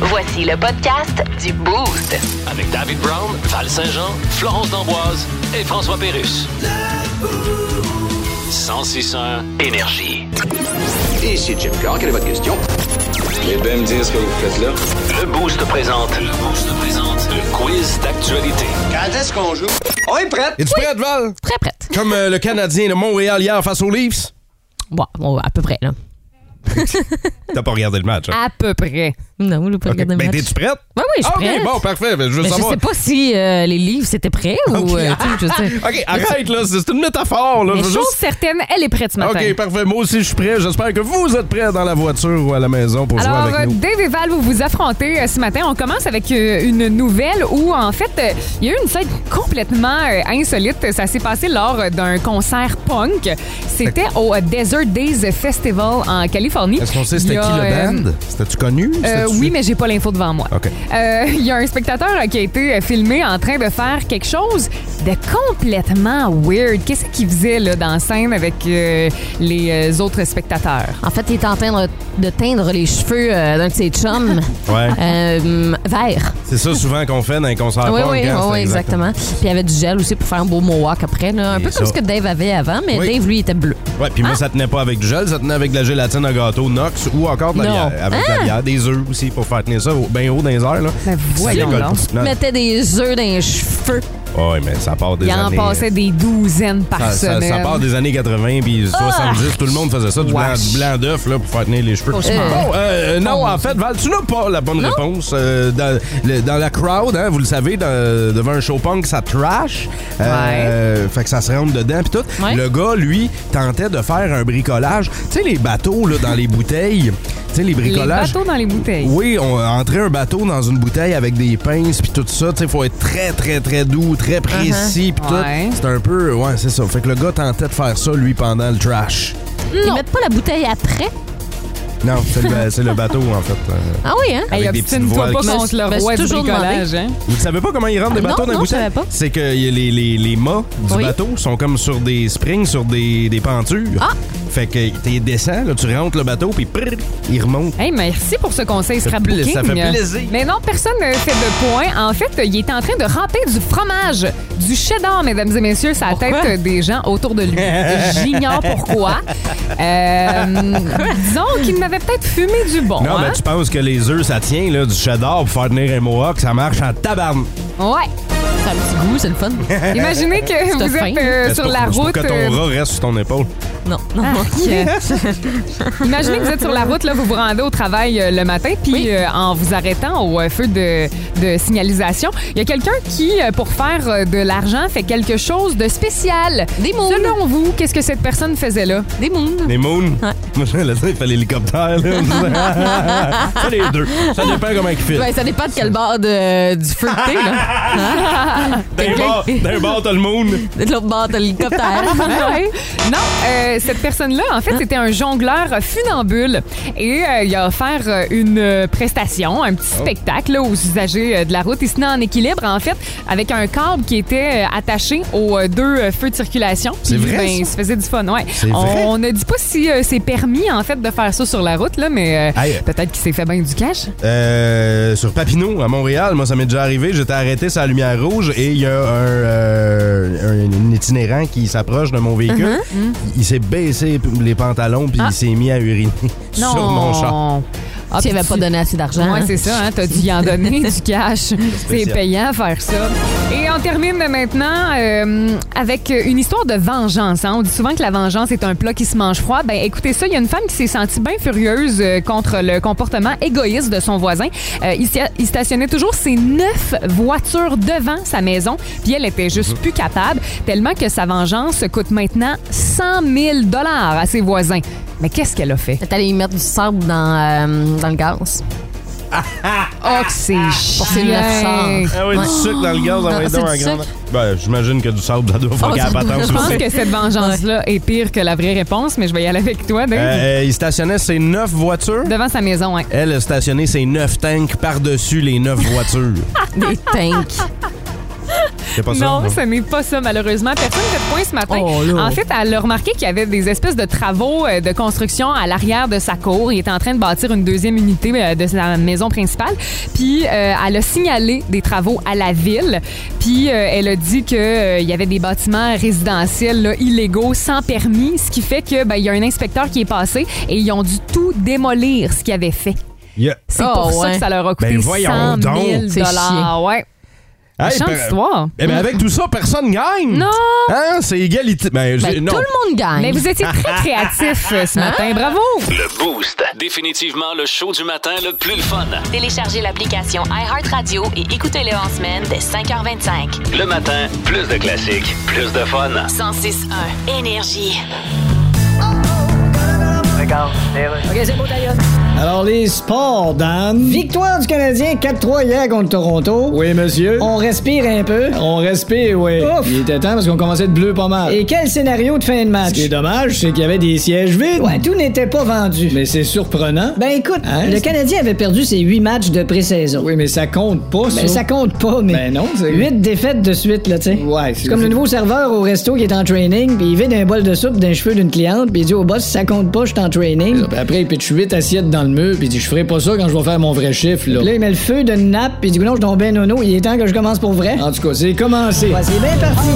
Voici le podcast du Boost. Avec David Brown, Val Saint-Jean, Florence D'Amboise et François Pérus. 1061 énergie. Ici Jim Carr, quelle est votre question? Eh bien, me dire ce que vous faites là. Le Boost présente. Le Boost présente le quiz d'actualité. Quand est-ce qu'on joue? On est prêt! Es-tu prête, Val? Très prête. Comme euh, le Canadien de Montréal hier face aux Leafs? Bon, bon, à peu près, là. T'as pas regardé le match, hein? À peu près. Non, je Ah, pas Ok. regarder le Ben, match. t'es-tu prête? Oui, oui, je suis Ah, prête. OK, bon, parfait. Ben, Je veux Mais je savoir. sais pas si euh, les livres, c'était prêt ou... euh, tu sais, je veux dire. OK, arrête, là. C'est c'est une métaphore, là. Mais Je veux chose juste- certaine, elle est prête ce matin. OK, parfait. Moi aussi, je suis prêt. J'espère que vous êtes prêts dans la voiture ou à la maison pour Alors, euh, jouer avec nous. Dave et Val, vous vous affrontez euh, ce matin. On commence avec euh, une nouvelle où, en fait, euh, il y a eu une scène complètement euh, insolite. Ça s'est passé lors euh, d'un concert punk. C'était au euh, Desert Days Festival en Californie. Est-ce qu'on sait Il c'était y qui a, euh, le band? C'était-tu connu? euh, C'était-tu- oui, mais j'ai pas l'info devant moi. OK. Euh, Il y a un spectateur euh, qui a été euh, filmé en train de faire quelque chose de complètement weird. Qu'est-ce qu'il faisait là, dans la scène avec euh, les euh, autres spectateurs? En fait, il est en train de, de teindre les cheveux euh, d'un de ses chums Ouais. euh, vert. C'est ça souvent qu'on fait dans les concerts. oui, punk, oui, hein, oui, c'est exactement. Puis il y avait du gel aussi pour faire un beau mohawk après. Là. Un Et peu ça. comme ce que Dave avait avant, mais Oui. Dave, lui, il était bleu. Ouais, Ah! puis moi, ça tenait pas avec du gel, ça tenait avec de la gélatine à gâteau Nox ou encore de la Non. bière. Avec de la bière, des œufs aussi pour faire tenir ça au- bien haut dans les airs. Là. Ah! Ben, voyons Ça décolle. donc. Non. mettait des œufs dans les cheveux. Ouais, mais ça part des Il années. en passait des douzaines par ça, ça- ça semaine. part des années 80 puis 70, tout le monde faisait ça, du blanc, Ah! Wesh. du blanc d'œuf là, pour faire tenir les cheveux. Cauchemar. Bon, euh, non, en fait, Val, tu n'as pas la bonne réponse. Euh, dans, le- dans la crowd, hein, vous le savez, dans- devant un show punk, ça trash. Euh, Fait que ça se rentre dedans puis tout. Ouais. Le gars, lui, tentait de faire un bricolage. Tu sais, les bateaux là, dans les bouteilles, tu sais, les Les bricolages. bateaux dans les bouteilles. Oui, on entrait un bateau dans une bouteille avec des pinces puis tout ça. Tu sais, faut être très, très, très doux, Uh-huh. très précis puis tout. Ouais. C'est un peu, ouais, c'est ça. Fait que le gars tentait de faire ça, lui, pendant le trash. Ils mettent pas la bouteille après. Non, c'est le, c'est le bateau, en fait. Euh, Ah oui, hein? avec Hey, des petites obstine-toi voiles. pas qui- contre Ben, le c'est roi du toujours demandé. bricolage, hein? Vous savez pas comment ils rentrent des Ah, bateaux non, dans la non, je bouteille? savais pas. C'est que y a les, les, les mâts du Oui. bateau sont comme sur des springs, sur des, des pentures. Ah! Fait que t'es descends, là, tu rentres le bateau, puis prrr, il remonte. Hey, merci pour ce conseil Ça fait pla- scrapbooking. ça fait plaisir. Mais non, personne ne fait de point. En fait, il est en train de ramper du fromage, du cheddar, mesdames et messieurs, sur la Pourquoi? tête des gens autour de lui. J'ignore pourquoi. Euh, disons qu'il n'avait peut-être fumé du bon. Non, mais hein? tu penses que les œufs, ça tient, là, du cheddar pour faire tenir un mohawk, ça marche en tabarne. Ouais. Ça a un petit goût, c'est le fun. Imaginez que vous fin. êtes euh, Mais Ben, c'est sur pour- la c'est pour route. que euh, ton rat reste sur ton épaule. Non, non. Ok. Imaginez que vous êtes sur la route, là, vous vous rendez au travail euh, le matin, puis euh, en vous arrêtant au euh, feu de, de signalisation, il y a quelqu'un qui, euh, pour faire euh, de l'argent, fait quelque chose de spécial. Des moules. Selon vous, qu'est-ce que cette personne faisait là? Des moons. Les moons. Moi, je laissais, il fait l'hélicoptère. là. ça, les deux. Ça dépend comment il file. Ben, ça dépend de quel bord de- du feu que t'es, là. Ah. D'un bord, d'un bord, t'as le moon. De l'autre bord de l'hélicoptère. Ah ouais. Non, euh, cette personne-là, en Hein? fait, c'était un jongleur funambule et euh, il a offert euh, une euh, prestation, un Oh. petit spectacle là, aux usagers euh, de la route. Il se tenait en équilibre, en fait, avec un câble qui était euh, attaché aux euh, deux euh, feux de circulation. C'est Puis, vrai, ben, ça? il se faisait du fun, ouais. C'est vrai? On, on ne dit pas si euh, c'est permis, en fait, de faire ça sur la route, là, mais euh, Aïe. peut-être qu'il s'est fait bien du cash. Euh, sur Papineau, à Montréal, moi, ça m'est déjà arrivé. J'étais arrêté sur la lumière rouge et il y a un, euh, un- un itinérant qui s'approche de mon véhicule. Uh-huh. Mm. Il s'est baissé les pantalons Ah. puis il s'est mis à uriner sur mon char. Ah, tu puis n'avais pas tu- donné assez d'argent. Ouais, c'est ça, hein, t'as dû y en donner du cash. C'est spécial. payant faire ça. Et on termine maintenant euh, avec une histoire de vengeance. hein. On dit souvent que la vengeance est un plat qui se mange froid. Ben écoutez ça, il y a une femme qui s'est sentie bien furieuse euh, contre le comportement égoïste de son voisin. Euh, il, sta- il stationnait toujours ses neuf voitures devant sa maison, puis elle était Mhm. juste plus capable, tellement que sa vengeance coûte maintenant 100 000 dollars à ses voisins. Mais qu'est-ce qu'elle a fait? T'es allé y mettre du sable dans, euh, dans le gaz. Oh, que c'est c'est le chiant. char. Ah oui, Ouais. du sucre Oh, dans le gaz, Ah, en c'est donc du en grande. sucre? Ben, j'imagine que du sable, ça doit faire Oh, la ça doit- patente je Je aussi. pense que cette vengeance-là est pire que la vraie réponse, mais je vais y aller avec toi, Dave. Euh, euh, il stationnait ses neuf voitures. Ben Devant sa maison, hein. Elle a stationné ses neuf tanks par-dessus les neuf voitures. Des tanks. C'est pas ça? Non, ce n'est pas ça, malheureusement. Personne ne fait de point ce matin. Oh, là. en fait, elle a remarqué qu'il y avait des espèces de travaux euh, de construction à l'arrière de sa cour. Il était en train de bâtir une deuxième unité euh, de sa maison principale. Puis, euh, elle a signalé des travaux à la ville. Puis, euh, elle a dit qu'il y avait des bâtiments résidentiels là, illégaux, sans permis, ce qui fait que ben, il y a un inspecteur qui est passé et ils ont dû tout démolir, ce qu'il avait fait. Yeah. C'est Ah, pour ça ouais. que ça leur a coûté Ben, 100 000 voyons donc. C'est chiant. Ouais. Hey, Méchante par- histoire. Eh ben, avec tout ça, personne gagne! Non! Hein? C'est égalité. Ben, je- Ben, non. tout le monde gagne. Mais vous étiez très créatif euh, ce matin. Bravo! Hein? Le Boost. Définitivement le show du matin le plus le fun. Téléchargez l'application iHeartRadio et écoutez-le en semaine dès 5h25. Le matin, plus de classiques, plus de fun. 106.1 Énergie. Alors, les sports, Dan. Victoire du Canadien 4-3 hier contre Toronto. Oui, monsieur. On respire un peu. On respire, oui. Il était temps parce qu'on commençait de bleu pas mal. Et quel scénario de fin de match? Ce qui est dommage, c'est qu'il y avait des sièges vides. Ouais, tout n'était pas vendu. Mais c'est surprenant. Ben écoute, le Canadien avait perdu ses 8 matchs de pré-saison. Oui, mais ça compte pas, ça. Ben ça compte pas, mais... Ben non, c'est... 8 défaites de suite, là, tu sais. Ouais, c'est... comme le nouveau serveur au resto qui est en training, puis il vide un bol de soupe d'un cheveu d'une cliente, puis il dit au boss, ça compte pas, je suis en training. après, il pitch 8 assiettes dans le mur, puis il dit, je ferai pas ça quand je vais faire mon vrai chiffre, là. Là, il met le feu de nappe, puis il dit, non, je tombe bien nono, il est temps que je commence pour vrai. En tout cas, c'est commencé. Ouais, c'est bien parti.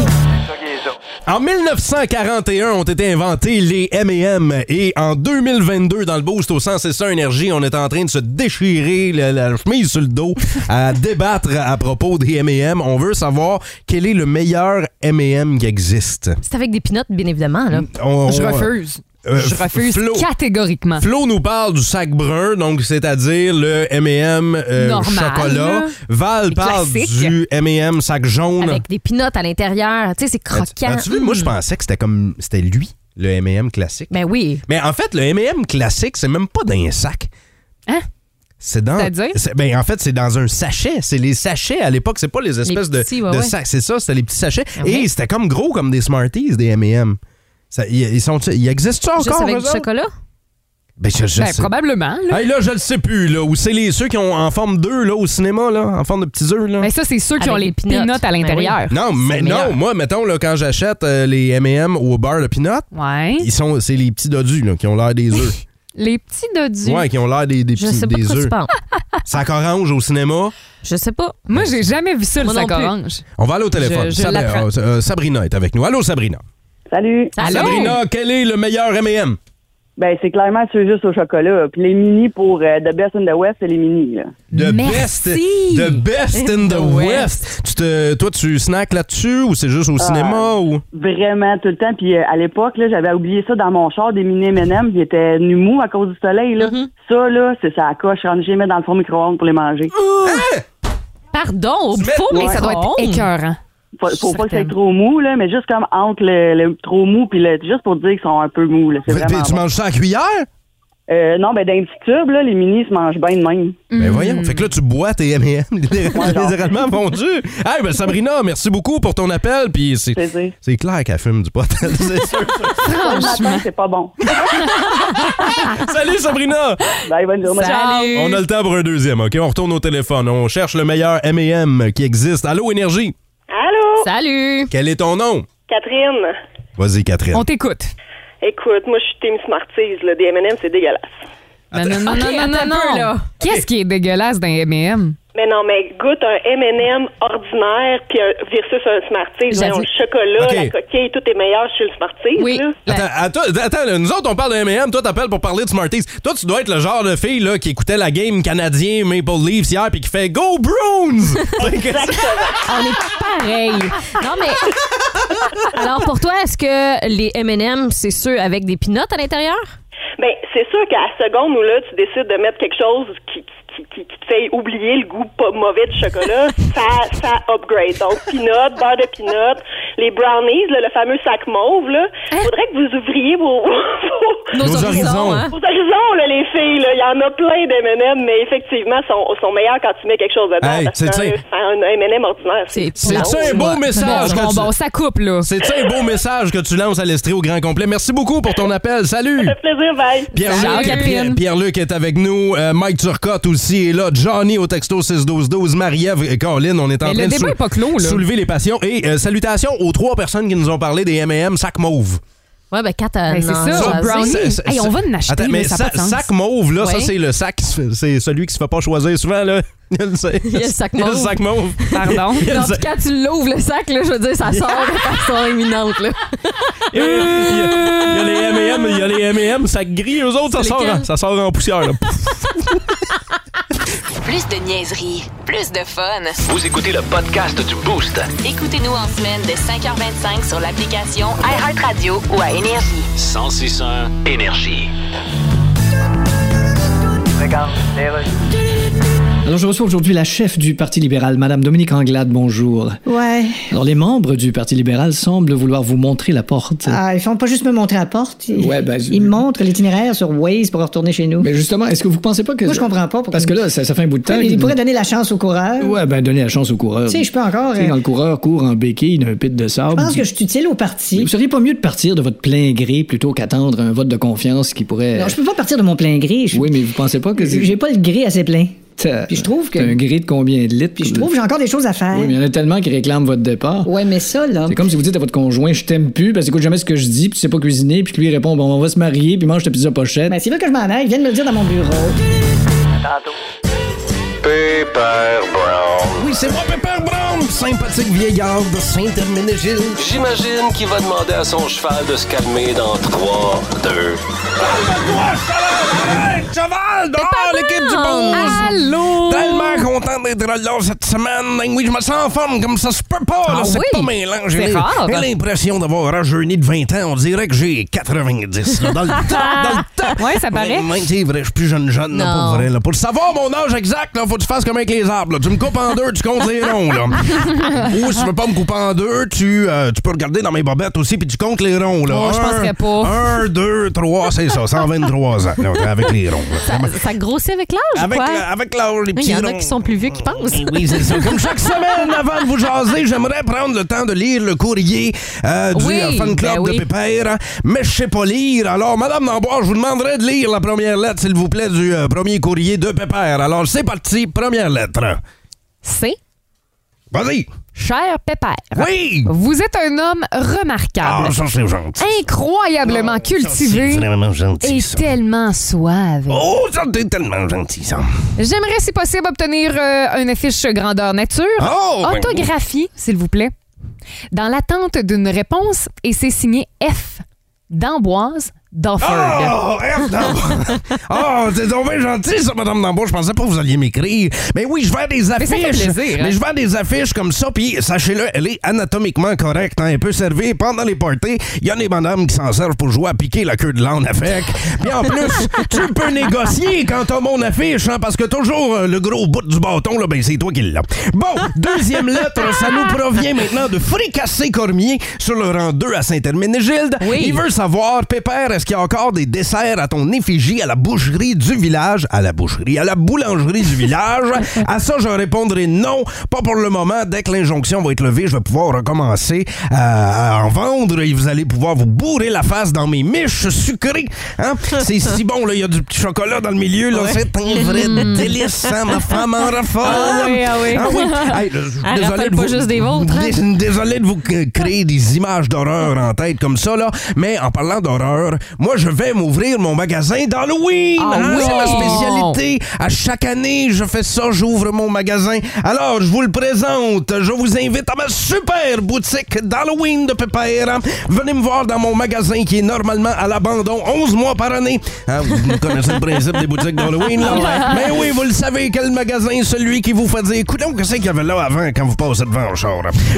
En 1941 ont été inventés les M&M et en 2022 dans le boost au sens c'est ça énergie on est en train de se déchirer la, la chemise sur le dos à débattre à propos des M&M on veut savoir quel est le meilleur M&M qui existe C'est avec des pinottes, bien évidemment. Là. Mm, On- Je on- refuse. euh, Je refuse Flo, catégoriquement. Flo nous parle du sac brun donc c'est-à-dire le M&M euh, Normal, chocolat là. Val Les parle classiques. du M&M sac jaune Avec des pinottes à l'intérieur. Tu sais, c'est As-tu- croquant. as-tu vu? moi je pensais que c'était comme c'était lui le M&M classique Ben oui. Mais en fait, le M&M classique, c'est même pas dans un sac. Hein? C'est dans. C'est-à-dire? c'est- ben, en fait, c'est dans un sachet. C'est les sachets à l'époque. C'est pas les espèces de- petits, de, ouais, ouais. sacs. C'est ça, c'était les petits sachets. Ah ouais. Et c'était comme gros, comme des Smarties, des M&M. Ça, y- ils, sont, ils existent ça Juste encore? avec eux du autres? chocolat. Ben, je, je Ben, sais. probablement. Là. Hey, là, je le sais plus, là. Ou c'est les ceux qui ont en forme d'œufs, là, au cinéma, là, en forme de petits œufs, là. Ben, Mais ça, c'est ceux qui Avec ont des les peanuts. pinottes à Ben l'intérieur. non, mais C'est meilleur. non, moi, mettons, là, quand j'achète euh, les M&M au bar de peanut, Ouais. ils sont, c'est les petits dodus, là, qui ont l'air des œufs. Les petits dodus. ouais, qui ont l'air des, des Je petits- sais pas de des quoi œufs. tu parles. Sac orange au cinéma. Je sais pas. Moi, j'ai jamais vu ça, le Moi non sac plus. orange. On va aller au téléphone. Je- je Sab- l'apprends. euh, euh, Sabrina est avec nous. Allô, Sabrina. Salut. Allô? Sabrina, quel est le meilleur M&M? Ben, c'est clairement ceux juste au chocolat. Puis les mini pour euh, The Best in the West, c'est les mini. Là. The Merci. best, the best in the The West. West. Tu te, toi, tu snacks là-dessus ou c'est juste au Euh, cinéma ou Ah, Vraiment, tout le temps. Puis euh, à l'époque, là, j'avais oublié ça dans mon char, des mini M&M. Ils étaient nus mous à cause du soleil. Là. Mm-hmm. Ça, là, c'est ça à coche. Rentre chez moi dans le four micro-ondes pour les manger. Ah! Ah! Pardon, au faux, mais ça doit être écœurant. écœurant. Faut, je suis faut pas que ça soit certaine. trop mou, là, mais juste comme entre le, le trop mou puis le... Juste pour dire qu'ils sont un peu mous. Là. C'est Puis vraiment tu bon. manges ça à cuillère? Euh, non, ben, d'un petit tube, là, les mini se mangent bien de même. Hmm. Ben voyons. Fait que là, tu bois tes M&M genre. littéralement mon Dieu. Hey, ben Sabrina, merci beaucoup pour ton appel. Puis c'est, Plaisir. c'est clair qu'elle fume du pot. c'est sûr. Le matin, c'est pas bon. Salut Sabrina! Bye, bonne journée. Salut. On a le temps pour un deuxième, OK? On retourne au téléphone. On cherche le meilleur M&M qui existe. Allô, Énergie? Allô? Salut. Quel est ton nom? Catherine? Vas-y, Catherine. On t'écoute. Écoute, moi, je suis Team Smarties. Là. Des M&M, c'est dégueulasse. Non, non, non, Ok, non, non, attends non, un peu, non. là. Qu'est-ce qui est dégueulasse dans M&M? Mais non, mais goûte un M&M ordinaire puis un, versus un Smarties. J'avoue. Voyons, le chocolat, Ok. la coquille, tout est meilleur chez le Smarties. Oui. là. Attends, attends, attends, là, nous autres, on parle de M&M, toi, t'appelles pour parler de Smarties. Toi, tu dois être le genre de fille là, qui écoutait la game canadien Maple Leafs hier puis qui fait « Go Bruins! » On est pareil. Non, mais. Alors, pour toi, est-ce que les MM, c'est ceux avec des pinottes à l'intérieur? Ben, c'est sûr qu'à la seconde où là, tu décides de mettre quelque chose qui, qui, qui, qui te fait oublier le goût pas mauvais du chocolat, ça, ça upgrade. Donc, peanut, beurre de peanut, les brownies, là, le fameux sac mauve, là. Faudrait que vous ouvriez vos, vos, Hein? Nos Nos horizons, horizons. hein. Nos horizons, là, les filles. là. Il y en a plein d'M&M, mais effectivement, sont, sont meilleurs quand tu mets quelque chose dedans. Hey, parce c'est- que c'est- c'est un, M&M ordinaire. C'est un beau message. que tu- C'est un beau message que tu lances à l'estrée au grand complet. Merci beaucoup pour ton appel. Salut. plaisir, bye. Pierre-Luc Pierre- Pierre-Luc est avec nous. Euh, Mike Turcotte aussi est là. Johnny au texto 61212. Marie-Ève et Caroline, on est en Mais le train de débat est pas clos, là. soulever les passions. Et euh, salutations aux trois personnes qui nous ont parlé des M&M sac mauve. Ouais, ben quand t'as. Ben, c'est non, ça, jasé. brownie. Ça, ça, Hey, on ça- va en acheter, Attends, mais mais ça a sa- pas de sens. sac mauve, là, ça, Ouais. c'est le sac. qui se fait- C'est celui qui se fait pas choisir souvent, là. Il y a le sac- Il y a le sac il y a mauve. sac mauve. Pardon? Il y a le Non, sac- puis quand tu l'ouvres, le sac, là, je veux dire, ça sort de façon imminente. Là. Il y a- il y a les M&M, il y a les M&M, sac gris, eux autres, ça C'est sort, lesquels? en- ça sort en poussière. là. Plus de niaiserie, plus de fun. Vous écoutez le podcast du Boost. Écoutez-nous en semaine de 5h25 sur l'application iHeartRadio ou à Énergie. 1061 Énergie. Alors, je reçois aujourd'hui la chef du Parti libéral, Madame Dominique Anglade. Bonjour. Ouais. Alors, les membres du Parti libéral semblent vouloir vous montrer la porte. Ah, ils font pas juste me montrer la porte. Ils, Euh. Ouais, ben, ils me montrent l'itinéraire sur Waze pour retourner chez nous. Mais justement, est-ce que vous pensez pas que. Moi, je comprends pas. pourquoi- Parce que là, ça, ça fait un bout de temps. Ouais, mais ils qu'il- pourraient donner la chance au coureur. Ouais, ben, donner la chance au coureur. Tu sais, je peux encore. Tu sais, euh, quand le coureur court en béquille d'un pit de sable. je pense que je suis utile au Mais parti. Vous seriez pas mieux de partir de votre plein gré plutôt qu'attendre un vote de confiance qui pourrait. Euh, Non, je peux pas partir de mon plein gré. Je- Oui, mais vous pensez pas que. J'ai pas le gré assez plein. Puis je trouve que- Un gré de combien de litres? Puis Je trouve que j'ai encore des choses à faire. Oui, mais il y en a tellement qui réclament votre départ. Ouais, mais ça, là. C'est comme si vous dites à votre conjoint, je t'aime plus, parce que écoute jamais ce que je dis, puis tu sais pas cuisiner, puis que lui il répond, bon, on va se marier, puis mange ta pizza pochette. Ben, s'il veut que je m'en aille, viens de me le dire dans mon bureau. Paper Brown. Oui, c'est moi, Pepper Brown, sympathique vieillard de Saint-Herménégil. J'imagine qu'il va demander à son cheval de se calmer dans 3, 2. Cheval dehors, l'équipe du Bose! Allô? Tellement content d'être là cette semaine. Ben Oui, je me sens en forme comme ça se peut pas. là. Ah c'est oui? pas mélange. C'est J'ai- rare. J'ai l'impression d'avoir rajeuni de 20 ans. On dirait que j'ai 90. là, dans le temps, dans le temps. Ouais, ça paraît. Mais, mais c'est vrai, je suis plus jeune jeune, là, Non. pour vrai. là. Pour savoir mon âge exact, là, faut que tu fasses comme avec les arbres. là. Tu me coupes en deux, tu comptes les ronds. Là. Ou si tu veux pas me couper en deux, tu, euh, tu peux regarder dans mes bobettes aussi, puis tu comptes les ronds. Là. Oh, je Un, penserais pas. Un, deux, trois, c'est ça, 123 ans, là, avec les ronds. là. Ça, ça grossit avec l'âge, ou Avec, quoi? la- avec la- les Il petits y en a ronds. qui sont plus vieux qui pensent. Eh Oui, c'est ça. Comme chaque semaine, avant de vous jaser, j'aimerais prendre le temps de lire le courrier euh, du Oui, euh, fan club ben oui. de Pépère. Mais je sais pas lire. Alors, Madame Namboire, je vous demanderai de lire la première lettre, s'il vous plaît, du euh, premier courrier de Pépère. Alors, c'est parti. Première lettre. C'est Vas-y. Cher Pépère. Oui. Vous êtes un homme remarquable. Ah, ça, c'est gentil. Ah, incroyablement C'est cultivé vraiment gentil, et ça. tellement suave. Oh, ça, c'est tellement gentil, ça. J'aimerais, si possible, obtenir euh, une affiche grandeur nature. Oh, ben Autographie, s'il vous plaît. Dans l'attente d'une réponse, et c'est signé F d'Amboise Oh, d'Offord. F d'Amboise. oh, c'est donc bien gentil, ça, Madame D'Amboise. Je pensais pas que vous alliez m'écrire. Mais oui, je vends des affiches. ça fait plaisir, hein? Mais je vends des affiches comme ça, puis sachez-le, elle est anatomiquement correcte. hein. Elle peut servir pendant les parties. Il y a des madames qui s'en servent pour jouer à piquer la queue de l'âne à fec. Puis en plus, tu peux négocier quand t'as mon affiche, hein, parce que toujours euh, le gros bout du bâton, là, ben c'est toi qui l'as. Bon, deuxième lettre, euh, ça nous provient maintenant de Fricassé Cormier sur le rang 2 à Saint-Herménégilde. Oui. Il veut savoir, Pépère, est-ce qu'il y a encore des desserts à ton effigie à la boucherie du village? À la boucherie, à la boulangerie du village? À ça, je répondrai non. Pas pour le moment. Dès que l'injonction va être levée, je vais pouvoir recommencer euh, à en vendre et vous allez pouvoir vous bourrer la face dans mes miches sucrées. Hein? C'est si bon, là. Il y a du petit chocolat dans le milieu, là. C'est un vrai délice, hein? Ma femme en raffole. Hmm. Ah oui, ah oui. Hey, là, je- Elle désolé raffole de pas vous- juste des vôtres, hein? Dé- Désolé de vous c- créer des images d'horreur en tête comme ça, là, mais en parlant d'horreur, moi, je vais m'ouvrir mon magasin d'Halloween. Hein, Ah oui! C'est ma spécialité. À chaque année, je fais ça, j'ouvre mon magasin. Alors, je vous le présente. Je vous invite à ma super boutique d'Halloween de Pépère. Venez me voir dans mon magasin qui est normalement à l'abandon 11 mois par année. Hein, vous connaissez le principe des boutiques d'Halloween, là? Mais oui, vous le savez, quel magasin, celui qui vous fait dire Coudon, qu'est-ce qu'il y avait là avant quand vous passez devant au char?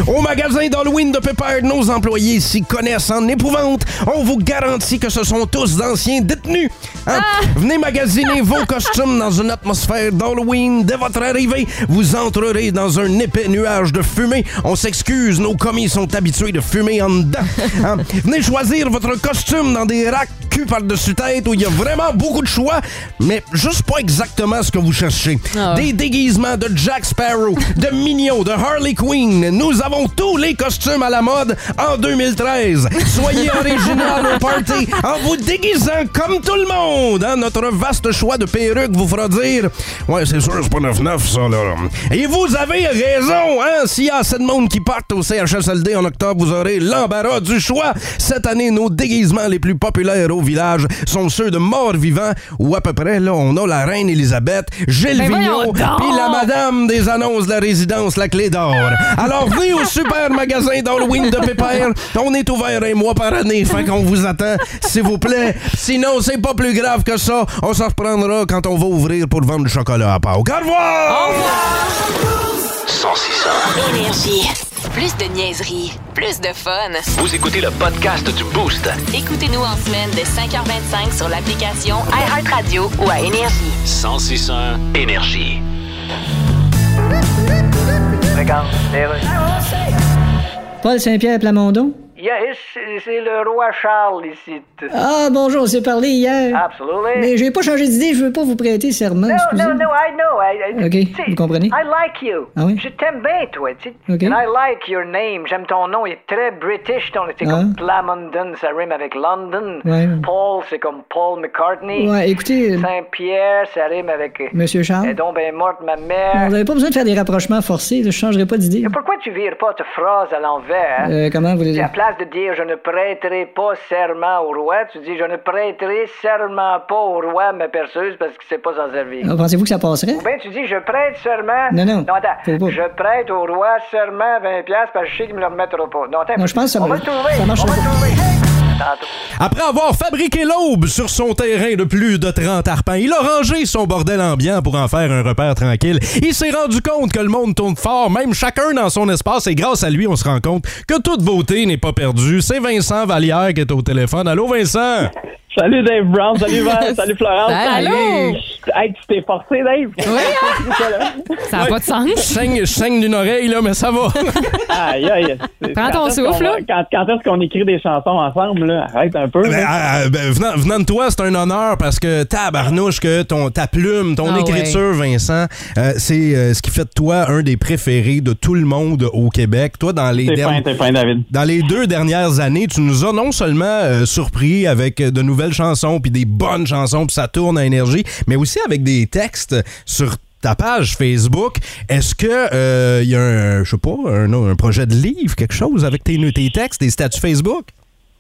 Au magasin d'Halloween de Pépère, nos employés s'y connaissent en épouvante. On vous garantit que ce sont tous d'anciens détenus. Hein? Venez magasiner vos costumes dans une atmosphère d'Halloween. Dès votre arrivée, vous entrerez dans un épais nuage de fumée. On s'excuse, nos commis sont habitués de fumer en dedans. hein? Venez choisir votre costume dans des racks cul par-dessus tête où il y a vraiment beaucoup de choix, mais juste pas exactement ce que vous cherchez. Des déguisements de Jack Sparrow, de Mignon, de Harley Quinn. Nous avons tous les costumes à la mode en 2013. Soyez original au party en vous déguisant comme tout le monde. hein. Notre vaste choix de perruques vous fera dire Ouais, c'est sûr, c'est pas 9-9, ça, là. Et vous avez raison, hein. S'il y a assez de monde qui partent au CHSLD en octobre, vous aurez l'embarras du choix. Cette année, nos déguisements les plus populaires au village sont ceux de morts-vivants, où à peu près, là, on a la reine Elisabeth, Gilles Ben voyons Vigneault, puis donc! la madame des annonces de la résidence La Clé d'Or. Alors, venez au super magasin d'Halloween de Pépère. On est ouvert un mois par année, fait qu'on vous attend, s'il vous plaît. Sinon, c'est pas plus grave que ça. On s'en reprendra quand on va ouvrir pour vendre du chocolat à Pâques. hein? Au revoir! 106 Énergie. Plus de niaiserie, plus de fun. Vous écoutez le podcast du Boost. Écoutez-nous en semaine de 5h25 sur l'application iHeartRadio ou à Énergie. 1061 Énergie. Regarde, les rues. Paul Saint-Pierre Plamondon? Yes, c'est- c'est le roi Charles ici. Ah, bonjour, on s'est parlé hier. Absolutely. Mais j'ai pas changé d'idée, je veux pas vous prêter serment. No, excusez. no, no, I know. I, I, OK, tu sais, vous comprenez? I like you. Ah oui? Je t'aime bien, toi, tu sais. OK. And I like your name. J'aime ton nom, il est très british. Ton, c'est Ah. comme Plamondon, ça rime avec London. Ouais. Paul, c'est comme Paul McCartney. Ouais, écoutez- euh, Saint-Pierre, ça rime avec... euh, Monsieur Charles? Eh donc, ben, morte ma On mère. n'avait pas besoin de faire des rapprochements forcés, là, je changerai pas d'idée. Pourquoi tu vires pas ta phrase à l'envers? Euh, comment vous voulez Tu sais, dire? À place de dire je ne prêterai pas serment au roi, tu dis je ne prêterai serment pas au roi ma perceuse parce qu'il ne sait pas s'en servir. Ah, Pensez-vous que ça passerait? Ou bien tu dis je prête serment. Non, non. attends. Faut pas. Je prête au roi serment 20$ piastres parce que je sais qu'il me le remettra pas. Non, attends. Non, je pense que ça On va marche- le trouver. ça marche On va pas. le trouver. Après avoir fabriqué l'aube sur son terrain de plus de 30 arpents, il a rangé son bordel ambiant pour en faire un repère tranquille. Il s'est rendu compte que le monde tourne fort, même chacun dans son espace, et grâce à lui, on se rend compte que toute beauté n'est pas perdue. C'est Vincent Vallière qui est au téléphone. Allô, Vincent? Salut Dave Brown, salut Val, salut Florence. Salut. Hey, tu t'es forcé, Dave. Oui. Ça n'a pas de sens. Je saigne, je saigne d'une oreille, là, mais ça va. aïe, aïe. C'est- Prends quand ton est-ce qu'on souffle, va- Quand, quand est-ce qu'on écrit des chansons ensemble, là? Arrête un peu. hein? Ben, là. ah, ah, ben, venant, venant de toi, c'est un honneur parce que tabarnouche que ton, ta plume, ton Ah écriture, Vincent, euh, c'est euh, ce qui fait de toi un des préférés de tout le monde au Québec. Toi, dans les, T'es derni- fin, t'es fin, David. dans les deux dernières années, tu nous as non seulement euh, surpris avec euh, de nouvelles chansons, puis des bonnes chansons, puis ça tourne à énergie, mais aussi avec des textes sur ta page Facebook, est-ce que euh, il y a un, je sais pas, un, un projet de livre, quelque chose avec tes, tes textes, tes statuts Facebook?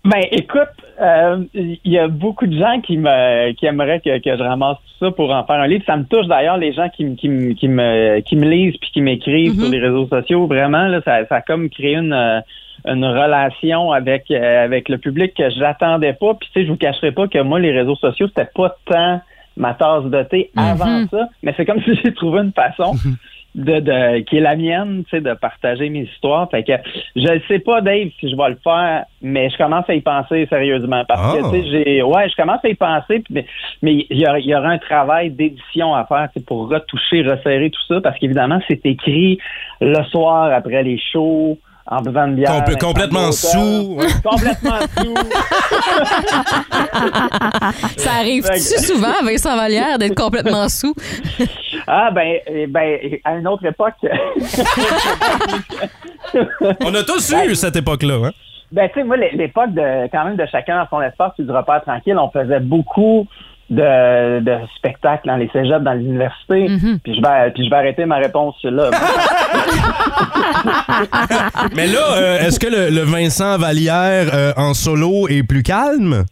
Ben, écoute, euh, il y a beaucoup de gens qui me qui aimeraient que, que je ramasse tout ça pour en faire un livre. Ça me touche d'ailleurs les gens qui, me- qui, me- qui me qui me lisent puis qui m'écrivent Mm-hmm. sur les réseaux sociaux. Vraiment, là, ça, ça a comme créé une euh, une relation avec euh, avec le public que j'attendais pas. Puis tu sais, je vous cacherai pas que moi, les réseaux sociaux, c'était pas tant ma tasse de thé Mm-hmm. avant ça, mais c'est comme si j'ai trouvé une façon Mhm. de, de qui est la mienne, tu sais, de partager mes histoires. Fait que je ne sais pas, Dave, si je vais le faire, mais je commence à y penser sérieusement parce Ah. que tu sais, j'ai, ouais, je commence à y penser, puis- mais mais il y, aura- il y aura un travail d'édition à faire, tu sais, pour retoucher, resserrer tout ça, parce qu'évidemment c'est écrit le soir après les shows. En buvant une bière. Compl- dans un complètement hôtel. sous, ouais. Complètement sous. Ça arrive-tu Fait que- souvent, Vincent Vallière, d'être complètement sous? Ah, ben, eh ben, à une autre époque, On a tous eu cette époque-là, hein? Ben, tu sais, moi, l'é- l'époque de, quand même, de chacun dans son espace, puis du repère tranquille, on faisait beaucoup de, de spectacles dans les cégeps, dans les universités. Puis je vais, puis je vais arrêter ma réponse là. Mais là, euh, est-ce que le, le Vincent Vallière euh, en solo est plus calme?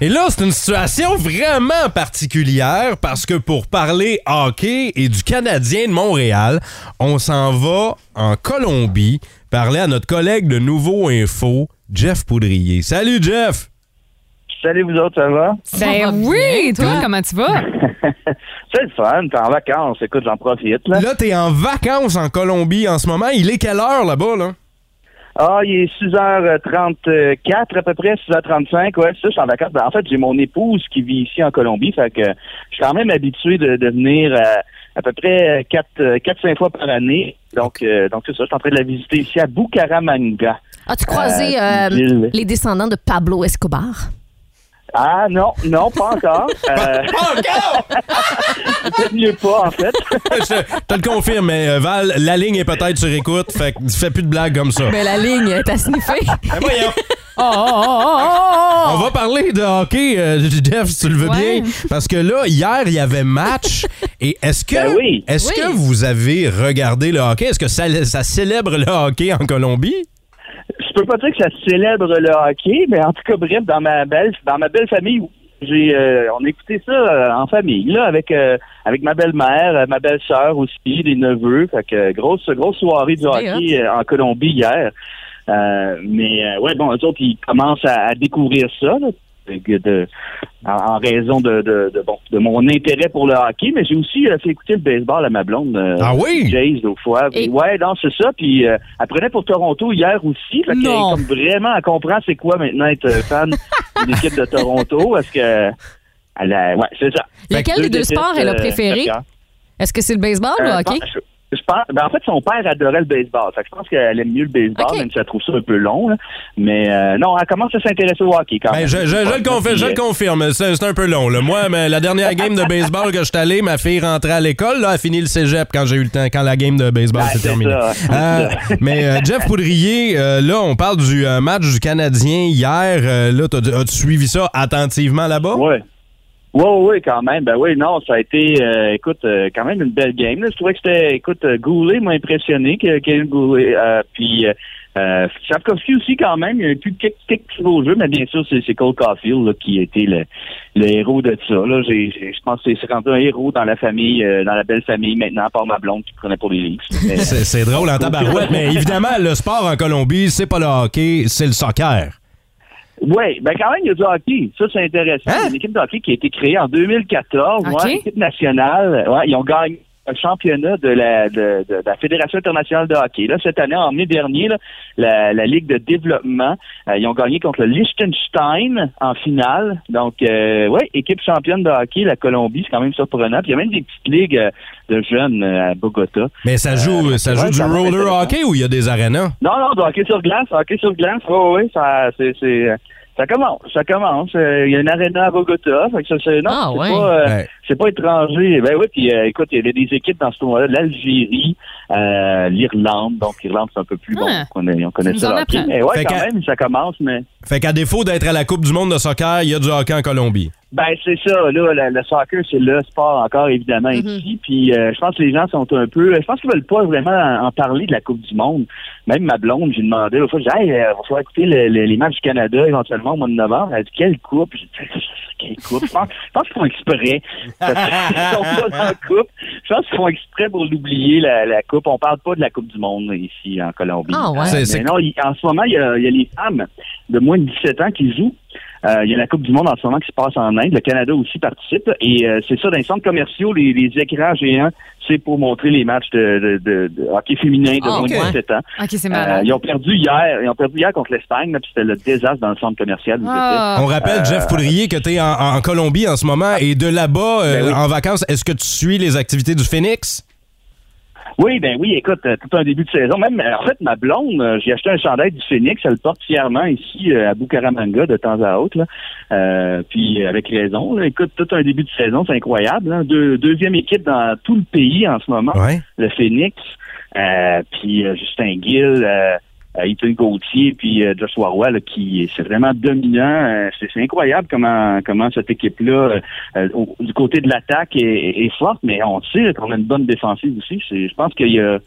Et là, c'est une situation vraiment particulière parce que pour parler hockey et du Canadien de Montréal, on s'en va en Colombie parler à notre collègue de Nouveau Info, Jeff Poudrier. Salut Jeff! Salut vous autres, ça va? Ben oui, toi, comment tu vas? C'est le fun, t'es en vacances, écoute, j'en profite. Là, Là, t'es en vacances en Colombie en ce moment. Il est quelle heure là-bas, là? Ah, il est 6h34 à peu près, 6h35, ouais, ça, je suis en vacances. Ben, en fait, j'ai mon épouse qui vit ici en Colombie, fait que je suis quand même habitué de, de venir euh, à peu près euh, 4-5 fois par année. Donc, euh, donc c'est ça, je suis en train de la visiter ici à Bucaramanga. As-tu croisé Euh, euh, Gilles. les descendants de Pablo Escobar? Ah non, non, pas encore. Euh, Peut-être mieux pas, en fait. Je te le confirme, mais euh, Val, la ligne est peut-être sur écoute, fait que fais plus de blagues comme ça. Mais Ben, la ligne est à sniffer. Oh, oh, oh, oh, On va parler de hockey, euh, Jeff, si tu le veux Ouais. bien. Parce que là, hier, il y avait match. Et est-ce que, Ben oui. est-ce Oui. que vous avez regardé le hockey? Est-ce que ça, ça célèbre le hockey en Colombie? je peux pas dire que ça célèbre le hockey, mais en tout cas, bref, dans ma belle, dans ma belle famille, oui. j'ai, euh, on a écouté ça euh, en famille, là, avec euh, avec ma belle-mère, euh, ma belle-sœur aussi, les neveux. Fait que euh, grosse grosse soirée du C'est hockey euh, en Colombie hier. Euh, mais euh, ouais, bon, eux autres, ils commencent à, à découvrir ça. là, de- de- en en raison de, de, de, bon, de mon intérêt pour le hockey, mais j'ai aussi euh, fait écouter le baseball à ma blonde. euh, ah oui? Jays, au foie. Et- Ouais, non, c'est ça. Puis euh, elle prenait pour Toronto hier aussi. Fait qu'elle est Non. comme vraiment, elle comprend c'est quoi maintenant être euh, fan d'une équipe de Toronto. Parce que. Elle a- ouais, c'est ça. Fait Lequel que des deux défaites, sports elle a euh, préféré? chacun. Est-ce que c'est le baseball ou Euh, le je hockey? pense- je- je pense- ben, en fait, son père adorait le baseball. Fait que je pense qu'elle aime mieux le baseball, même si elle trouve ça un peu long. là. Mais euh, non, elle commence à s'intéresser au hockey quand Ben, même. je, je- je le confirme, je le confirme. C'est, c'est un peu long. là. Moi, mais la dernière game de baseball que je suis allé, ma fille rentrait à l'école. Là, elle a fini le cégep quand j'ai eu le temps, quand la game de baseball Ben, s'est c'est terminée. ça, c'est Euh, ça. mais euh, Jeff Poudrier, euh, là, on parle du euh, match du Canadien hier. Euh, là, t'as, as-tu suivi ça attentivement là-bas? Ouais. Oui, oui, quand même. Ben oui, non, ça a été, euh, écoute, euh, quand même une belle game. là. Je trouvais que c'était, écoute, euh, Goulet m'a impressionné, que- Kevin Goulet. euh, puis, euh, euh, Sapkowski aussi, quand même. Il y a eu plus de quelques, quelques petits beaux jeux, mais bien sûr, c'est c'est Cole Caulfield là, qui était le, le héros de ça. Là. J'ai- j'ai- Je pense que c'est c'est rendu un héros dans la famille, euh, dans la belle famille maintenant, par ma blonde qui prenait pour les Leafs. Mais- euh, C'est, c'est drôle en tabarouette, mais évidemment, le sport en Colombie, c'est pas le hockey, c'est le soccer. Oui, ben quand même, il y a du hockey. Ça, c'est intéressant. C'est une équipe de hockey qui a été créée en 2014. Ok. Ouais, l'équipe nationale. Ouais, ils ont gagné le championnat de la, de, de- de la Fédération internationale de hockey. Là, cette année, en mai dernier, là, la, la Ligue de développement, euh, ils ont gagné contre le Liechtenstein en finale. Donc, euh, ouais, équipe championne de hockey, la Colombie, c'est quand même surprenant. Puis il y a même des petites ligues euh, de jeunes euh, à Bogota. Mais ça joue, ça joue ouais, du ça va être roller intéressant. hockey ou il y a des arénas? Non, non, du hockey sur glace, hockey sur glace, oui, oui, ça, c'est, c'est, euh, ça commence, ça commence. Euh, Il y a une arena à Bogota, fait que ça, c'est, non, Ah, c'est, ouais. pas, euh, Ouais. c'est pas étranger. Ben oui, puis euh, écoute, il y a des équipes dans ce tournoi-là, l'Algérie, euh, l'Irlande, donc l'Irlande, c'est un peu plus bon, Ah. on connaît, on connaît Tu ça. nous en le hockey. apprends. Mais ouais, Fait quand qu'à- même, ça commence, mais... Fait qu'à défaut d'être à la Coupe du monde de soccer, il y a du hockey en Colombie. Ben c'est ça, là, le, le soccer, c'est le sport encore évidemment Mhm. ici. Puis euh, je pense que les gens sont un peu. Je pense qu'ils veulent pas vraiment en, en parler de la Coupe du Monde. Même ma blonde, j'ai demandé l'autre fois, j'ai dit Hey, euh, va falloir écouter le- le- les matchs du Canada éventuellement au mois de novembre. Elle a dit Quelle coupe? J'ai dit Quelle coupe? Je pense, je pense qu'ils font exprès. Parce qu'ils sont pas dans la coupe. Je pense qu'ils font exprès pour l'oublier, la, la coupe. On parle pas de la Coupe du Monde ici en Colombie. Ah ouais. C'est- Mais c'est- non, il- en ce moment, il y, a, il y a les femmes de moins de 17 ans qui jouent. Euh, il y a la Coupe du Monde en ce moment qui se passe en Inde. Le Canada aussi participe. Et euh, c'est ça, dans les centres commerciaux, les, les écrans géants, c'est pour montrer les matchs de, de- de- de hockey féminin de Ah, moins ok. de 17 ans. OK, c'est Euh, malade. ils ont perdu hier, ils ont perdu hier contre l'Espagne, là, puis c'était le désastre dans le centre commercial. où Ah. j'étais. On rappelle, Euh, Jeff Poudrier, que tu es en, en Colombie en ce moment et de là-bas, Ben euh, en vacances, est-ce que tu suis les activités du Phoenix? Oui, ben oui, écoute, euh, tout un début de saison. Même, euh, en fait, ma blonde, euh, j'ai acheté un chandail du Phoenix, elle le porte fièrement ici euh, à Bucaramanga de temps à autre. là. Euh, puis euh, avec raison, là. écoute, tout un début de saison, c'est incroyable. hein. Deux- deuxième équipe dans tout le pays en ce moment, le Phoenix. Euh, puis euh, Justin Gill, euh, euh, Ethan Gauthier, puis euh, Joshua Roy, là, qui c'est vraiment dominant. Euh, c'est c'est incroyable comment comment cette équipe-là, euh, au- du côté de l'attaque, est, est- est forte, mais on sait là, qu'on a une bonne défensive aussi. C'est- Je pense qu'il y a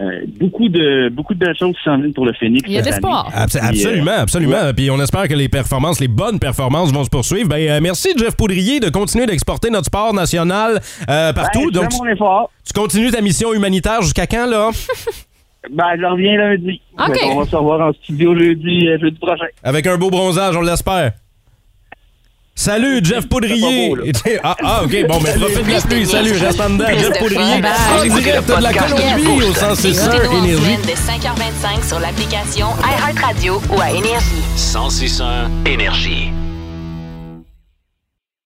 euh, beaucoup de beaucoup de belles choses qui s'en viennent pour le Phoenix. Il y a de cette l'espoir. année. Abso- Puis, euh, absolument, absolument. Puis on espère que les performances, les bonnes performances vont se poursuivre. Ben, euh, merci, Jeff Poudrier, de continuer d'exporter notre sport national euh, partout. Ben, je Donc, fais tu- mon effort. tu continues ta mission humanitaire jusqu'à quand, là? Ben, je reviens lundi. OK. Fait qu'on va se revoir en studio jeudi, euh, jeudi prochain. Avec un beau bronzage, on l'espère. Salut, Jeff Poudrier. ah, ah, ok, bon, mais profite de la pluie. Salut, reste en dedans. Plus Jeff de Poudrier, fun. en Écoutez direct le de la podcast. Colombie au Écoutez-nous 106.1 en Énergie. semaine de 5h25 sur l'application iHeartRadio ou à Énergie. 1061 Énergie.